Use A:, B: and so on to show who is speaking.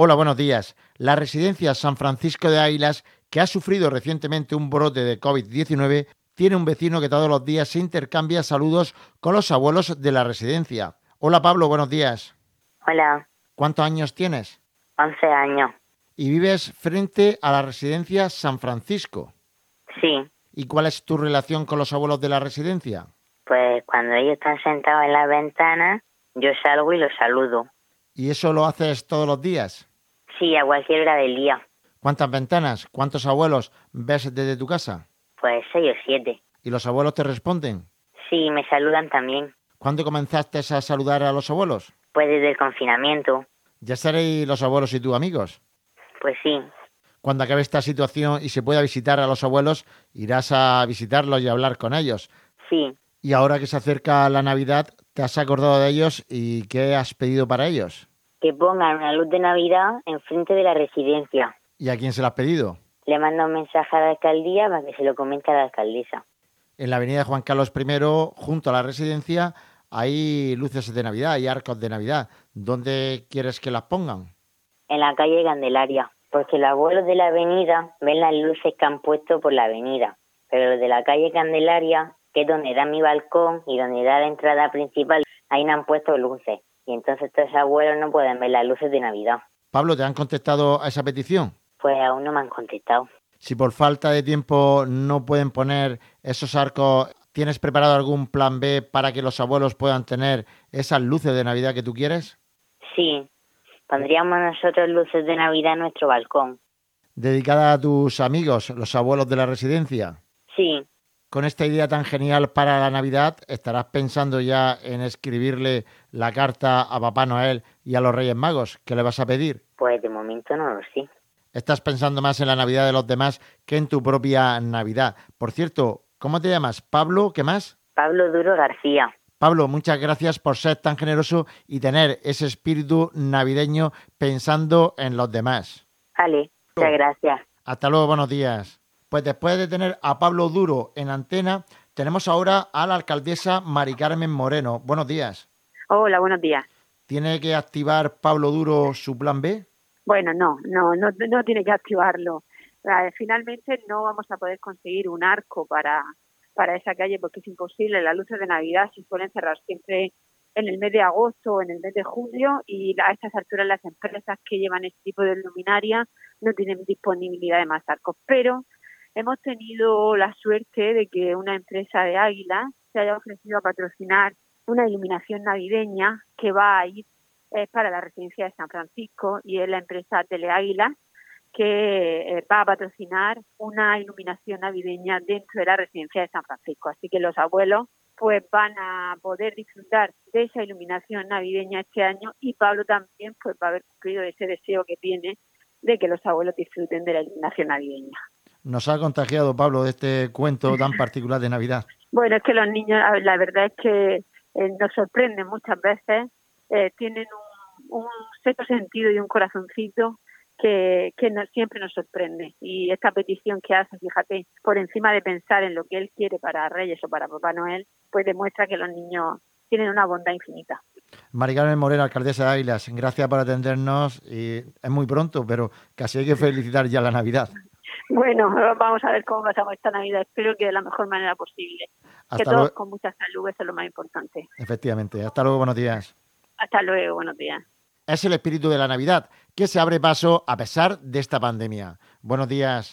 A: Hola, buenos días. La residencia San Francisco de Águilas, que ha sufrido recientemente un brote de COVID-19, tiene un vecino que todos los días se intercambia saludos con los abuelos de la residencia. Hola Pablo, buenos días.
B: Hola,
A: ¿Cuántos años tienes?
B: 11 años.
A: Y vives frente a la residencia San Francisco.
B: Sí,
A: ¿Y cuál es tu relación con los abuelos de la residencia?
B: pues cuando ellos están sentados en la ventana, yo salgo y los saludo.
A: ¿Y eso lo haces todos los días?
B: Sí, a cualquier hora del día,
A: ¿Cuántas ventanas, cuántos abuelos ves desde tu casa?
B: pues seis o siete.
A: ¿Y los abuelos te responden?
B: Sí, me saludan también,
A: ¿Cuándo comenzaste a saludar a los abuelos?
B: pues desde el confinamiento.
A: Ya seréis los abuelos y tú amigos.
B: Pues sí,
A: Cuando acabe esta situación y se pueda visitar a los abuelos, irás a visitarlos y a hablar con ellos.
B: sí,
A: Y ahora que se acerca la Navidad, ¿te has acordado de ellos y qué has pedido para ellos?
B: que pongan una luz de Navidad enfrente de la residencia.
A: ¿Y a quién se lo has pedido?
B: Le mando un mensaje a la alcaldía para que se lo comente a la alcaldesa.
A: En la avenida Juan Carlos I, junto a la residencia, hay luces de Navidad, hay arcos de Navidad. ¿Dónde quieres que las pongan?
B: En la calle Candelaria, porque los abuelos de la avenida ven las luces que han puesto por la avenida, pero los de la calle Candelaria, que es donde da mi balcón y donde da la entrada principal, ahí no han puesto luces. Y entonces estos abuelos no pueden ver las luces de Navidad.
A: Pablo, ¿te han contestado a esa petición?
B: Pues aún no me han contestado.
A: Si por falta de tiempo no pueden poner esos arcos, ¿tienes preparado algún plan B para que los abuelos puedan tener esas luces de Navidad que tú quieres?
B: Sí, pondríamos nosotros luces de Navidad en nuestro balcón.
A: Dedicada a tus amigos, los abuelos de la residencia.
B: Sí,
A: Con esta idea tan genial para la Navidad, estarás pensando ya en escribirle la carta a Papá Noel y a los Reyes Magos. ¿Qué le vas a pedir?
B: pues de momento no lo sé.
A: Estás pensando más en la Navidad de los demás que en tu propia Navidad. Por cierto, ¿cómo te llamas? ¿Pablo? ¿Qué más?
B: Pablo Duro García.
A: Pablo, muchas gracias por ser tan generoso y tener ese espíritu navideño pensando en los demás.
B: Vale, muchas gracias.
A: Hasta luego, buenos días. Pues después de tener a Pablo Duro en antena, tenemos ahora a la alcaldesa Mari Carmen Moreno. Buenos días.
C: Hola, buenos días.
A: ¿Tiene que activar Pablo Duro su plan B?
C: Bueno, no, no, no, no tiene que activarlo. Eh, Finalmente no vamos a poder conseguir un arco para, para esa calle porque es imposible. Las luces de Navidad se suelen cerrar siempre en el mes de agosto o en el mes de julio y a estas alturas las empresas que llevan este tipo de luminaria no tienen disponibilidad de más arcos. Pero hemos tenido la suerte de que una empresa de Águila se haya ofrecido a patrocinar una iluminación navideña que va a ir es para la residencia de San Francisco y es la empresa Teleáguila que eh, va a patrocinar una iluminación navideña dentro de la residencia de San Francisco. Así que los abuelos pues van a poder disfrutar de esa iluminación navideña este año y Pablo también pues va a haber cumplido ese deseo que tiene de que los abuelos disfruten de la iluminación navideña.
A: Nos ha contagiado Pablo de este cuento tan particular de Navidad.
C: Bueno, es que los niños, la- la verdad es que eh, nos sorprenden muchas veces, eh, tienen un, un sexto sentido y un corazoncito que, que no- siempre nos sorprende. Y esta petición que hace, fíjate, por encima de pensar en lo que él quiere para Reyes o para Papá Noel, pues demuestra que los niños tienen una bondad infinita.
A: Mari Carmen Moreno, alcaldesa de Águilas, gracias por atendernos. Y es muy pronto, pero casi hay que felicitar ya la Navidad.
C: Bueno, vamos a ver cómo pasamos esta Navidad. Espero que de la mejor manera posible. que
A: Hasta
C: todos
A: luego.
C: con mucha salud, eso es lo más importante.
A: Efectivamente. Hasta luego, buenos días.
C: Hasta luego, buenos días.
A: Es el espíritu de la Navidad que se abre paso a pesar de esta pandemia. Buenos días.